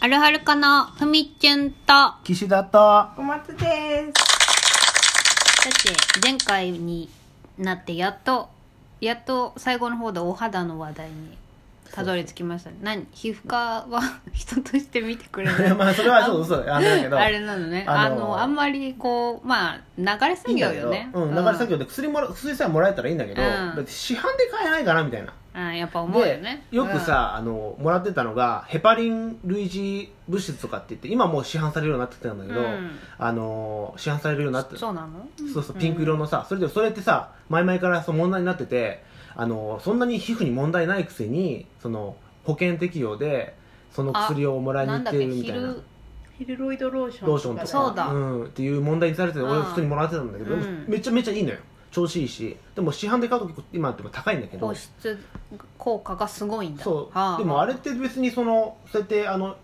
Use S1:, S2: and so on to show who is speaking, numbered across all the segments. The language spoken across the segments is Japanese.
S1: あるはるかのふみちゅんと、だ
S2: 岸田 と
S3: 小松です。
S1: って前回になってやっと、やっと最後の方でお肌の話題にたどり着きましたね。何皮膚科は人として見てくれない。
S2: まあそれはちょっと嘘 だよあれだけど
S1: あれなのね。あ
S2: あ
S1: の
S2: の
S1: あんまりこう、まあ、流れ
S2: いい
S1: 作
S2: ん
S1: 業
S2: だけど
S1: よね。
S2: うん流れ作業で薬もら薬さえもらえたらいいんだけど、
S1: うん
S2: だって市販で買えないかなみたいな
S1: うん。あやっぱ思うよ
S2: で
S1: ね。
S2: よくさ、あのもらってたのがヘパリン類似物質とかって言って今もう市販されるようになってきたんだけど、
S1: うん
S2: あの市販されるようになって
S1: うん、そうなの
S2: そうそうピンク色のさ、それでそれってさ前々からそう問題になっててあのそんなに皮膚に問題ないくせにその保険適用でその薬をもらいに
S1: な
S2: 行っ
S1: んだ
S2: て
S1: っけ
S2: るみたいな
S1: 昼
S3: ヒルロイドローション
S2: ローションとか
S1: そうだ
S2: ん、っていう問題にされてて俺
S1: うん
S2: 普通にもらってたんだけど、
S1: うん
S2: めちゃめちゃいいのよ調子いいしでも市販で買うと結構今っても高いんだけど
S1: 保湿効果がすごいんだ。
S2: そう
S1: はあ
S2: でもあれって別にそのそうやってあの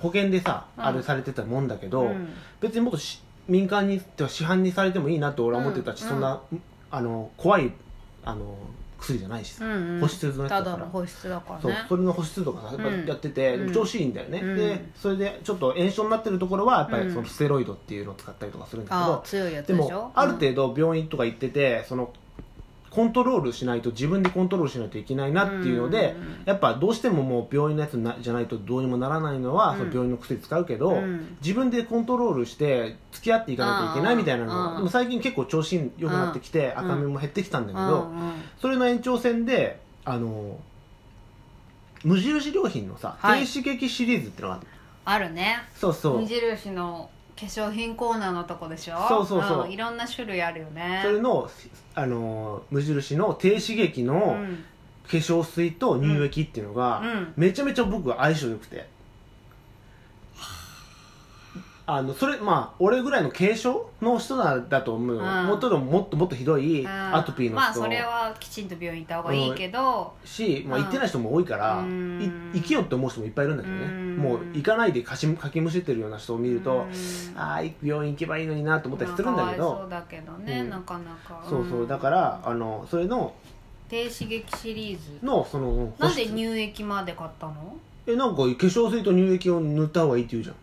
S2: 保険でさ、
S1: うん
S2: あれされてたもんだけど、
S1: うん
S2: 別にもっとし民間にってか市販にされてもいいなと俺は思ってたし、
S1: うん
S2: そんなあの怖いあの薬じゃないしさ、
S1: うんうん
S2: 保湿のやつ
S1: た
S2: だか
S1: だ
S2: ら
S1: の保湿だから
S2: そう
S1: ね
S2: それの保湿とかさやっぱ
S1: うん
S2: やってて、
S1: うん
S2: 調子いいんだよね、
S1: うん
S2: でそれでちょっと炎症になってるところはやっぱ
S1: うん
S2: りそのステロイドっていうのを使ったりとかするんだけ
S1: あ
S2: ど
S1: あ、強いやつ
S2: で
S1: でしょ
S2: もある程度病院とか行っててそのコントロールしないと自分でコントロールしないといけないなっていうので、
S1: うんうんうん
S2: やっぱどうしてももう病院のやつなじゃないとどうにもならないのは、
S1: うん
S2: その病院の薬使うけど、
S1: うん
S2: 自分でコントロールして付き合っていかなきゃいけないみたいなの
S1: あー
S2: がでも最近結構調子良くなってきて
S1: ん
S2: 赤みも減ってきたんだけ
S1: うんう
S2: ど、
S1: ん
S2: それの延長線であの無印良品のさ、
S1: はい
S2: 低刺激シリーズってのがある
S1: あるね
S2: そうそう
S1: 無印の化粧品コーナーのとこでしょ
S2: そうそうそうん
S1: いろんな種類あるよね
S2: それのあの無印の低刺激の、
S1: うん
S2: 化粧水と乳液っていうのが、
S1: うん
S2: めちゃめちゃ僕は相性良くてあのそれまあ俺ぐらいの軽症の人なんだと思うよ、
S1: うん
S2: もっともっともっとひどい
S1: あー
S2: アトピーの人、
S1: まあそれはきちんと病院行った方がいいけど
S2: し、まあ、
S1: うん
S2: 行ってない人も多いから、
S1: うん
S2: い行けよって思う人もいっぱいいるんだけどね、
S1: うん
S2: もう行かないでかしかきむしってるような人を見る
S1: うん
S2: と、ああ病院行けばいいのになと思ったりするんだけ
S1: まあかわいそ
S2: ど
S1: うだけどね
S2: うん
S1: なかなか
S2: そうそうんだからあのそれの
S1: 低刺激シリーズ
S2: のその
S1: なんで乳液まで買ったの
S2: えなんか化粧水と乳液を塗った方がいいって言うじゃん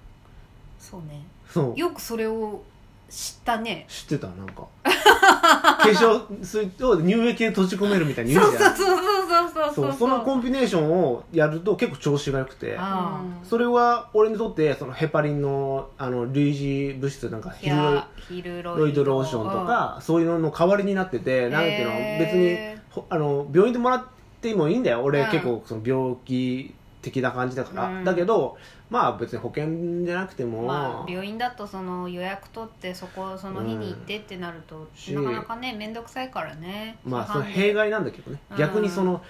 S1: そうね
S2: そう
S1: よくそれを知ったね
S2: 知ってたなんか 化粧水を乳液で閉じ込めるみたいに言
S1: そうそ
S2: う
S1: う
S2: じゃん
S1: そうそうそうそう
S2: そうそのコンビネーションをやると結構調子が良くて
S1: あー
S2: それは俺にとってそのヘパリンのあの類似物質なんか
S1: い
S2: ヒル
S1: やヒルロ
S2: ロイドローションとかそういうのの代わりになっててなんていうの別に
S1: へ
S2: ほあの病院でもらってもいいんだよ俺
S1: うん
S2: 結構その病気的な感じだから、
S1: うん
S2: だけどまあ別に保険じゃなくても、
S1: まあ、病院だとその予約取ってそこその日に行ってってなると、
S2: うん
S1: なかなかね面倒くさいからね
S2: ま
S1: 批
S2: あそ
S1: 判
S2: の
S1: で
S2: 弊害なんだけどね
S1: うん
S2: 逆にその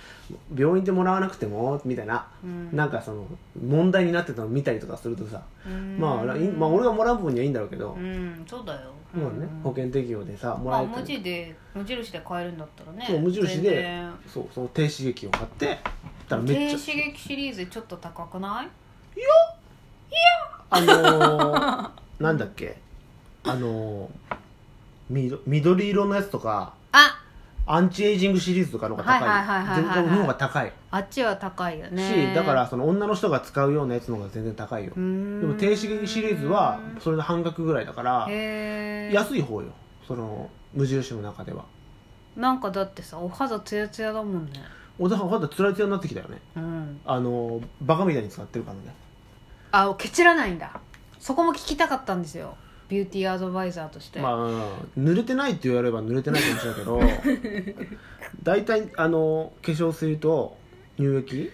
S2: 病院でもらわなくてもみたいな
S1: うん
S2: なんかその問題になってたの見たりとかするとさ
S1: うん
S2: まあいいまあ俺がもらう分にはいいんだろうけど
S1: うんそうだよ
S2: もうね保険適用でさも
S1: ま
S2: ら
S1: あ
S2: えた
S1: 無
S2: り
S1: 地で無印で買えるんだったらね
S2: そう無印で
S1: 全然
S2: そうその低刺激を買ってたらめっ
S1: 低
S2: ちゃ
S1: 刺激シリーズちょっと高くない
S2: あの ーなんだっけあのーみど緑色のやつとか
S1: あ
S2: アンチエイジングシリーズとかの方が
S1: はいはいはいはいは
S2: 高い
S1: い
S2: 全然の方が高い
S1: あっちは高いよね
S2: しだからその女の人が使うようなやつの方が全然高いよ
S1: で
S2: でも
S1: も
S2: 低刺激シリーズはそれの半額ぐらいだから
S1: へえ
S2: 安い方よその無印の中では
S1: なんかだってさお肌ツヤツヤだもんね
S2: 小田さんまだつらいつらになってきたよね
S1: うん
S2: あのバカみたいに使ってるからね
S1: あケチらないんだそこも聞きたかったんですよビューティーアドバイザーとして、
S2: まあ濡れてないって言われれば濡れてないかもしれないけ ど大体あの化粧水と乳液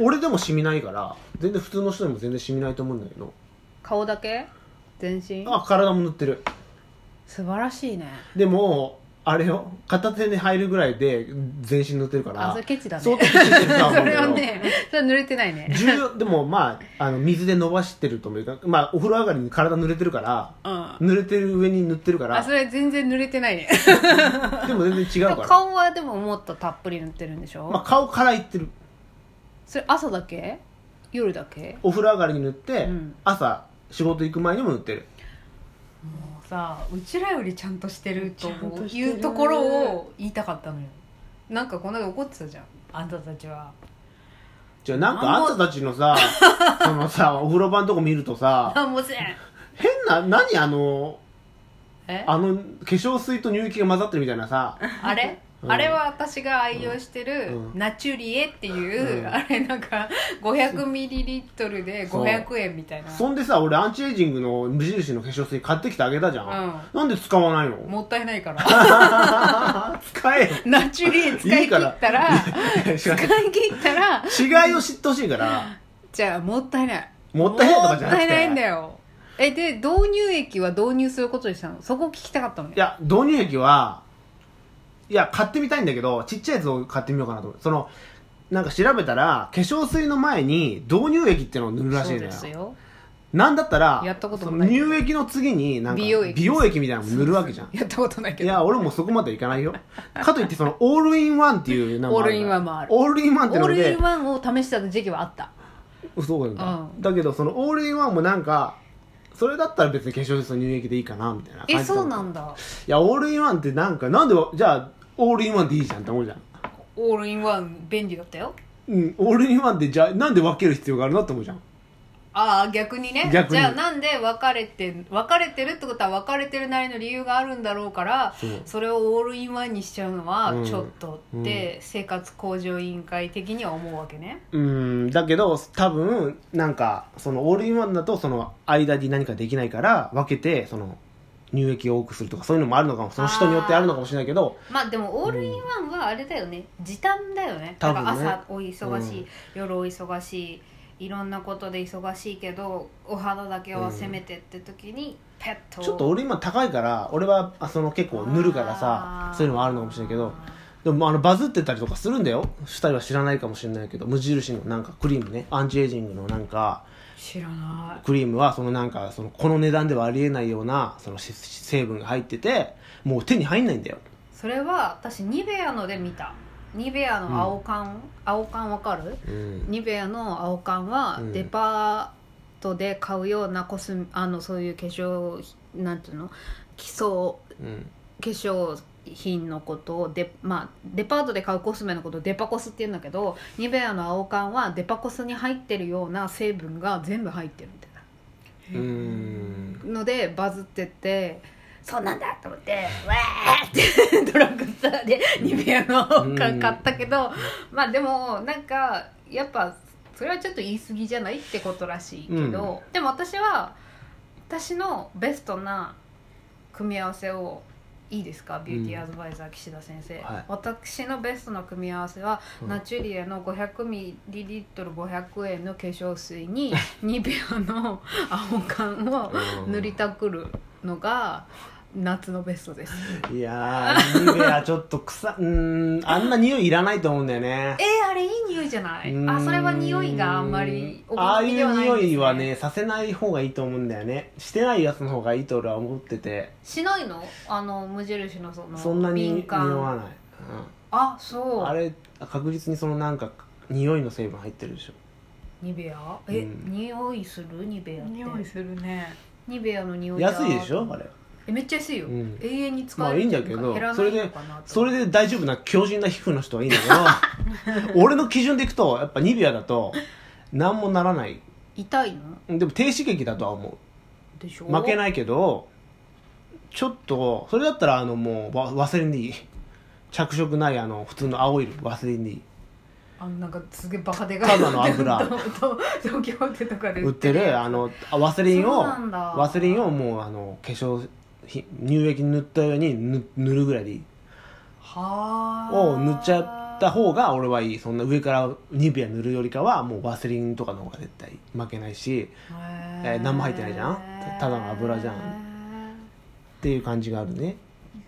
S2: お俺でも染みないから全然普通の人でも全然染みないと思うんだけど
S1: 顔だけ全身
S2: あ体も塗ってる
S1: 素晴らしいね
S2: でもあれよ片手に入るぐらいで全身塗ってるから
S1: あそれケチだね
S2: 相当ケチしてるとは
S1: そ
S2: 思うけ
S1: れ
S2: ど
S1: はねそれは濡れてないね
S2: 重要でもまああの水で伸ばしてると思うか、まあ、お風呂上がりに体濡れてるから
S1: うん
S2: 濡れてる上に塗ってるか
S1: あ
S2: ら
S1: それ全然濡れてないね
S2: でも全然違うから
S1: 顔はでももっとたっぷり塗ってるんでしょ、
S2: まあ、顔からいってる
S1: それ朝だけ夜だけ
S2: お風呂上がりに塗って、
S1: うん
S2: 朝仕事行く前にも塗ってる
S1: もうさうちらよりちゃんとしてると
S3: ちゃんとして
S1: い
S3: る
S1: うところを言いたかったのよなんかこんなで怒ってたじゃんあんたたちは
S2: じゃあなんか
S4: なん
S2: あ
S4: ぼ
S2: んたたちの さそのさお風呂場のとこ見るとさ
S4: あもうせん
S2: 変な何あの
S4: え
S2: あの化粧水と乳液が混ざってるみたいなさ
S4: あれ、
S2: うん
S4: あれは私が愛用してる、
S2: うん
S4: ナチュリエっていう、
S2: うん
S4: あれなんか500ミリリットルで
S2: そう
S4: 500円みたいな
S2: そんでさ俺アンチエイジングの無印の化粧水買ってきてあげたじゃん、
S4: うん
S2: なんで使わないの
S4: もったいないか ら
S2: 使えよ
S4: ナチュリエ使い切ったら
S2: 違
S4: 使い切ったら
S2: う違いを知ってほしいから
S4: じゃあもったいない
S2: もったいないとかじゃなくて
S4: もったいないんだよえで導入液は導入することにしたのそこ聞きたかったのね
S2: いや導入液はいや買ってみたいんだけどちっちゃいやつを買ってみようかなと思うそのなんか調べたら化粧水の前に導入液ってのを塗るらしい
S4: そう
S2: のよ
S4: ですよ
S2: なんだったら
S4: やったこともない
S2: その乳液の次になんか
S4: 美
S2: 美
S4: 容
S2: 容
S4: 液
S2: 液みたいなのも塗るわけじゃん
S4: やったことないけ
S2: い
S4: ど
S2: や俺もそこまでいかない よかといってそのオールインワンっていうのもある
S4: オールインワンもある
S2: オールインワン
S4: オ
S2: っての
S4: ー
S2: で
S4: ルインワンを試してた時期はあった
S2: そうなんだ、
S4: うん
S2: だけどそのオールインワンもなんかそれだったら別に化粧水と乳液でいいかなみたいな感じだ
S4: え
S2: った
S4: そうなんだ
S2: いやオールインワンってなんかなんでわじゃあオールインワンでいいじゃんって思うじゃん
S4: オールインワン便利だったよ
S2: うんオールインワンってじゃあなんで分ける必要があるのって思うじゃん
S4: ああ逆にね
S2: 逆に
S4: じゃあなんで別れて別れてるってことは別れてるなりの理由があるんだろうから
S2: そう
S4: それをオールインワンにしちゃうのは
S2: うん
S4: ちょっとって、生活向上委員会的には思うわけね
S2: うんだけど多分なんかそのオールインワンだとその間に何かできないから分けてその乳液を多くするとかそういうのもあるのかもその人によってあるのかもしれないけど
S4: まあでもオールインワンはあれだよね、時短だよね
S2: 多分ね
S4: だから朝お忙しい、夜お忙しいいろんなことで忙しいけどお肌だけはせめてって時にペットを
S2: ちょっと俺今高いから俺はあその結構塗るから
S4: あ
S2: さ
S4: ー
S2: そういうのもあるのかもしれないけどでもあのバズってたりとかするんだよ主体は知らないかもしれないけど無印のなんかクリームねアンチエイジングのなんか
S4: 知らない
S2: クリームはそのなんかそのこの値段ではありえないようなそのし成分が入っててもう手に入んないんだよ
S4: それは私ニベアので見たニベアの青缶、青缶わかる
S2: うん
S4: ニベアの青缶は
S2: うん
S4: デパートで買うようなコスメあのそういう化粧なんていうの基礎
S2: うん
S4: 化粧品のことをデ,、まあ、デパートで買うコスメのことをデパコスって言うんだけどニベアの青缶はデパコスに入ってるような成分が全部入ってるみたいな
S2: うん
S4: のでバズっててそうなんだと思って「わー!」ってドラッグストアでニベアの
S2: うん
S4: 缶買ったけど、まあでもなんかやっぱそれはちょっと言い過ぎじゃないってことらしいけど、でも私は私のベストな組み合わせをいいですかビューティーアドバイザー岸田先生、
S2: はい
S4: 私のベストな組み合わせは、
S2: うん
S4: ナチュリエの 500ml500 円の化粧 水にニベアの青缶を
S2: うん
S4: 塗りたくるのが夏のベストです
S2: いやーニベアちょっと臭うんあんな匂いいらないと思うんだよね
S4: えー、あれいい匂いじゃない
S2: うん
S4: あそれは匂いがあんまりお
S2: あ
S4: 好
S2: あ
S4: み
S2: い
S4: では
S2: う
S4: ない
S2: 匂
S4: んです
S2: いはねさせない方がいいと思うんだよねしてないやつの方がいいと俺は思ってて
S4: しないのあの無印のその
S2: そんなに
S4: 敏
S2: 匂わ
S4: 感
S2: ない、うん
S4: あそう
S2: あれ確実にそのなんか匂いの成分入ってるでしょ
S4: ニベアえ、
S2: うん
S4: 匂いするニベアって
S3: 匂いするね
S4: ニベアの匂いだ
S2: 安いでしょあれ
S4: えめっちゃ安いよ、
S2: うん
S4: 永遠に使
S2: まあ
S4: え
S2: いい
S4: る
S2: んだ
S4: とい
S2: け
S4: うか
S2: ど
S4: 減ら
S2: そ
S4: な
S2: れ
S4: いの
S2: で
S4: かなと
S2: それで大丈夫な強靭な皮膚の人はいいんだ けど俺の基準でいくとやっぱニベアだと何もならない
S4: 痛いの
S2: でも低刺激だとは思
S4: でしょ
S2: う負け
S4: い
S2: ないけどちょっとそれだったらあのもうわワセリンでいい着色ないあの普通の青いワセリンでいい
S4: あのなんかすげえバカでかい
S2: ただの油
S4: とと東京でとかで
S2: 売ってるあのあワセリンを
S4: そうなんだ
S2: ワセリンをもうあの化粧品乳液に塗ったように塗塗るぐらいでいい
S4: はあ
S2: を塗っちゃった方が俺はいいそんな上からニベア塗るよりかはもうワセリンとかの方が絶対負けないし
S4: へ
S2: えー何も入ってないじゃんたただの油じゃんっていう感じがあるね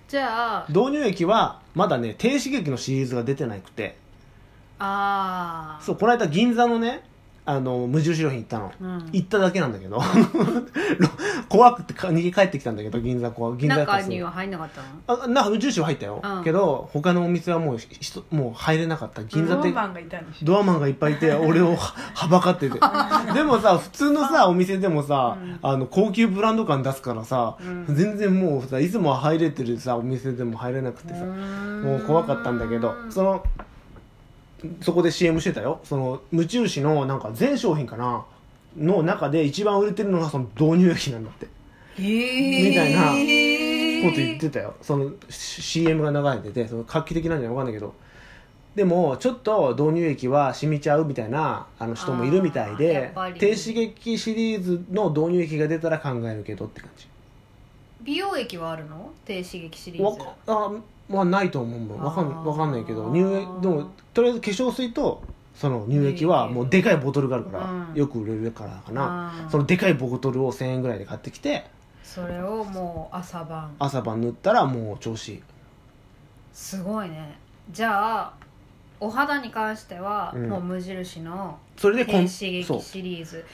S4: じゃあ
S2: 導入液はまだね低刺激のシリーズが出てなくて
S4: ああ
S2: そうこの間銀座のねあの無印良品行ったの、
S4: うん
S2: 行っただけなんだけど 怖くてか逃げ帰ってきたんだけど銀座こう銀座やっぱ
S4: 中
S2: そう
S4: には入んなかったの
S2: あな無印は入ったよ、
S4: うん
S2: けど他のお店はもうひひともう入れなかった銀座って、
S3: ウーマンがいたんでしょ
S2: ドアマンがいっぱいいて俺をははばかっててでもさ普通のさお店でもさ、あの高級ブランド感出すからさ、
S4: う
S2: 全然もうさいつもは入れてるさお店でも入れなくてさ、も
S4: も
S2: う怖かったんだけどそのそこで CM してたよその無印のなんか全商品かなの中で一番売れてるのがその導入液なんだってみ
S4: み
S2: たいなこと言
S4: 言
S2: ってたよその C- CM が流れててその画期的なんじゃないわかんないけどでもちょっと導入液は染みちゃうみたいなあの人もいるみたい
S4: あーや
S2: で
S4: っぱり
S2: 低刺激シリーズの導入液が出たら考えるけどって感じ
S4: 美容液はあるの低刺激シリー
S2: わ
S4: ズ
S2: かあまあないと思うもんわかん
S4: あー
S2: わかんないけど乳液でもとりあえず化粧水とその乳液はもうでかいボトルがあるから、
S4: うん
S2: よく売れるからかな
S4: あー
S2: そのでかいボトルを1000円ぐらいで買ってきて
S4: それをもう朝晩
S2: 朝晩塗ったらもう調子いい
S4: すごいねじゃあお肌に関しては
S2: うん
S4: もう無印の
S2: それでこ
S4: 低
S2: ん
S4: 刺激
S2: そ
S4: シリーズ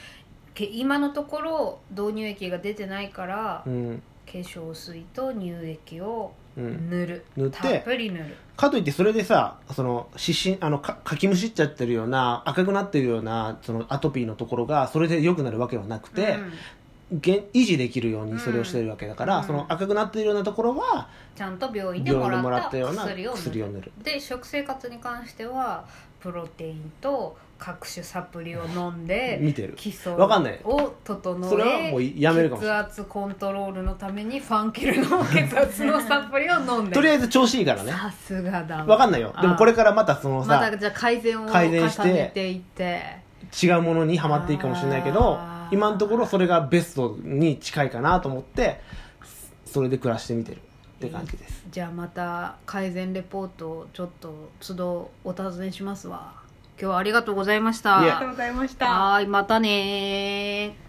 S4: け今のところ導入液が出てないから
S2: う、うん
S4: 化粧水と乳液を
S2: うん、
S4: 塗る、
S2: 塗って
S4: たっぷり塗る
S2: かといってそれでさその湿疹あのかかきむしっちゃってるような赤くなってるようなそのアトピーのところがそれで良くなるわけはなくて
S4: う、ん
S2: げ維持できるようにそれをしてるわけだから、
S4: うん
S2: その赤くなってるようなところは
S4: ちゃんと病院で
S2: 病
S4: も
S2: 院で
S4: ら
S2: もら
S4: っ
S2: った
S4: た
S2: ような
S4: 薬を塗
S2: 薬
S4: る
S2: を塗る
S4: で食生活に関してはプロテインと各種サプリを飲んで
S2: 見てる
S4: 基礎
S2: わかんない
S4: を整え
S2: それはもうやめるかもしれ
S4: 血圧コントロールのためにファンキルの血圧のサプリを飲んで
S2: とりあ
S4: え
S2: えず調子いいからね
S4: さすがだ
S2: わかんないよでもこれからまたその
S4: ま
S2: さ、
S4: だじゃあ改善を
S2: 改善して
S4: 重ねていって
S2: 違うものにはまっていくかもしれないけど
S4: あー
S2: 今のところそれがベストに近いかなと思ってそれで暮らしてみてるって感じです
S4: じゃあまた改善レポートをちょっと都度お尋ねしますわ今日はありがとうございました
S2: いえ
S3: ありがとうございました
S4: はーいまたねー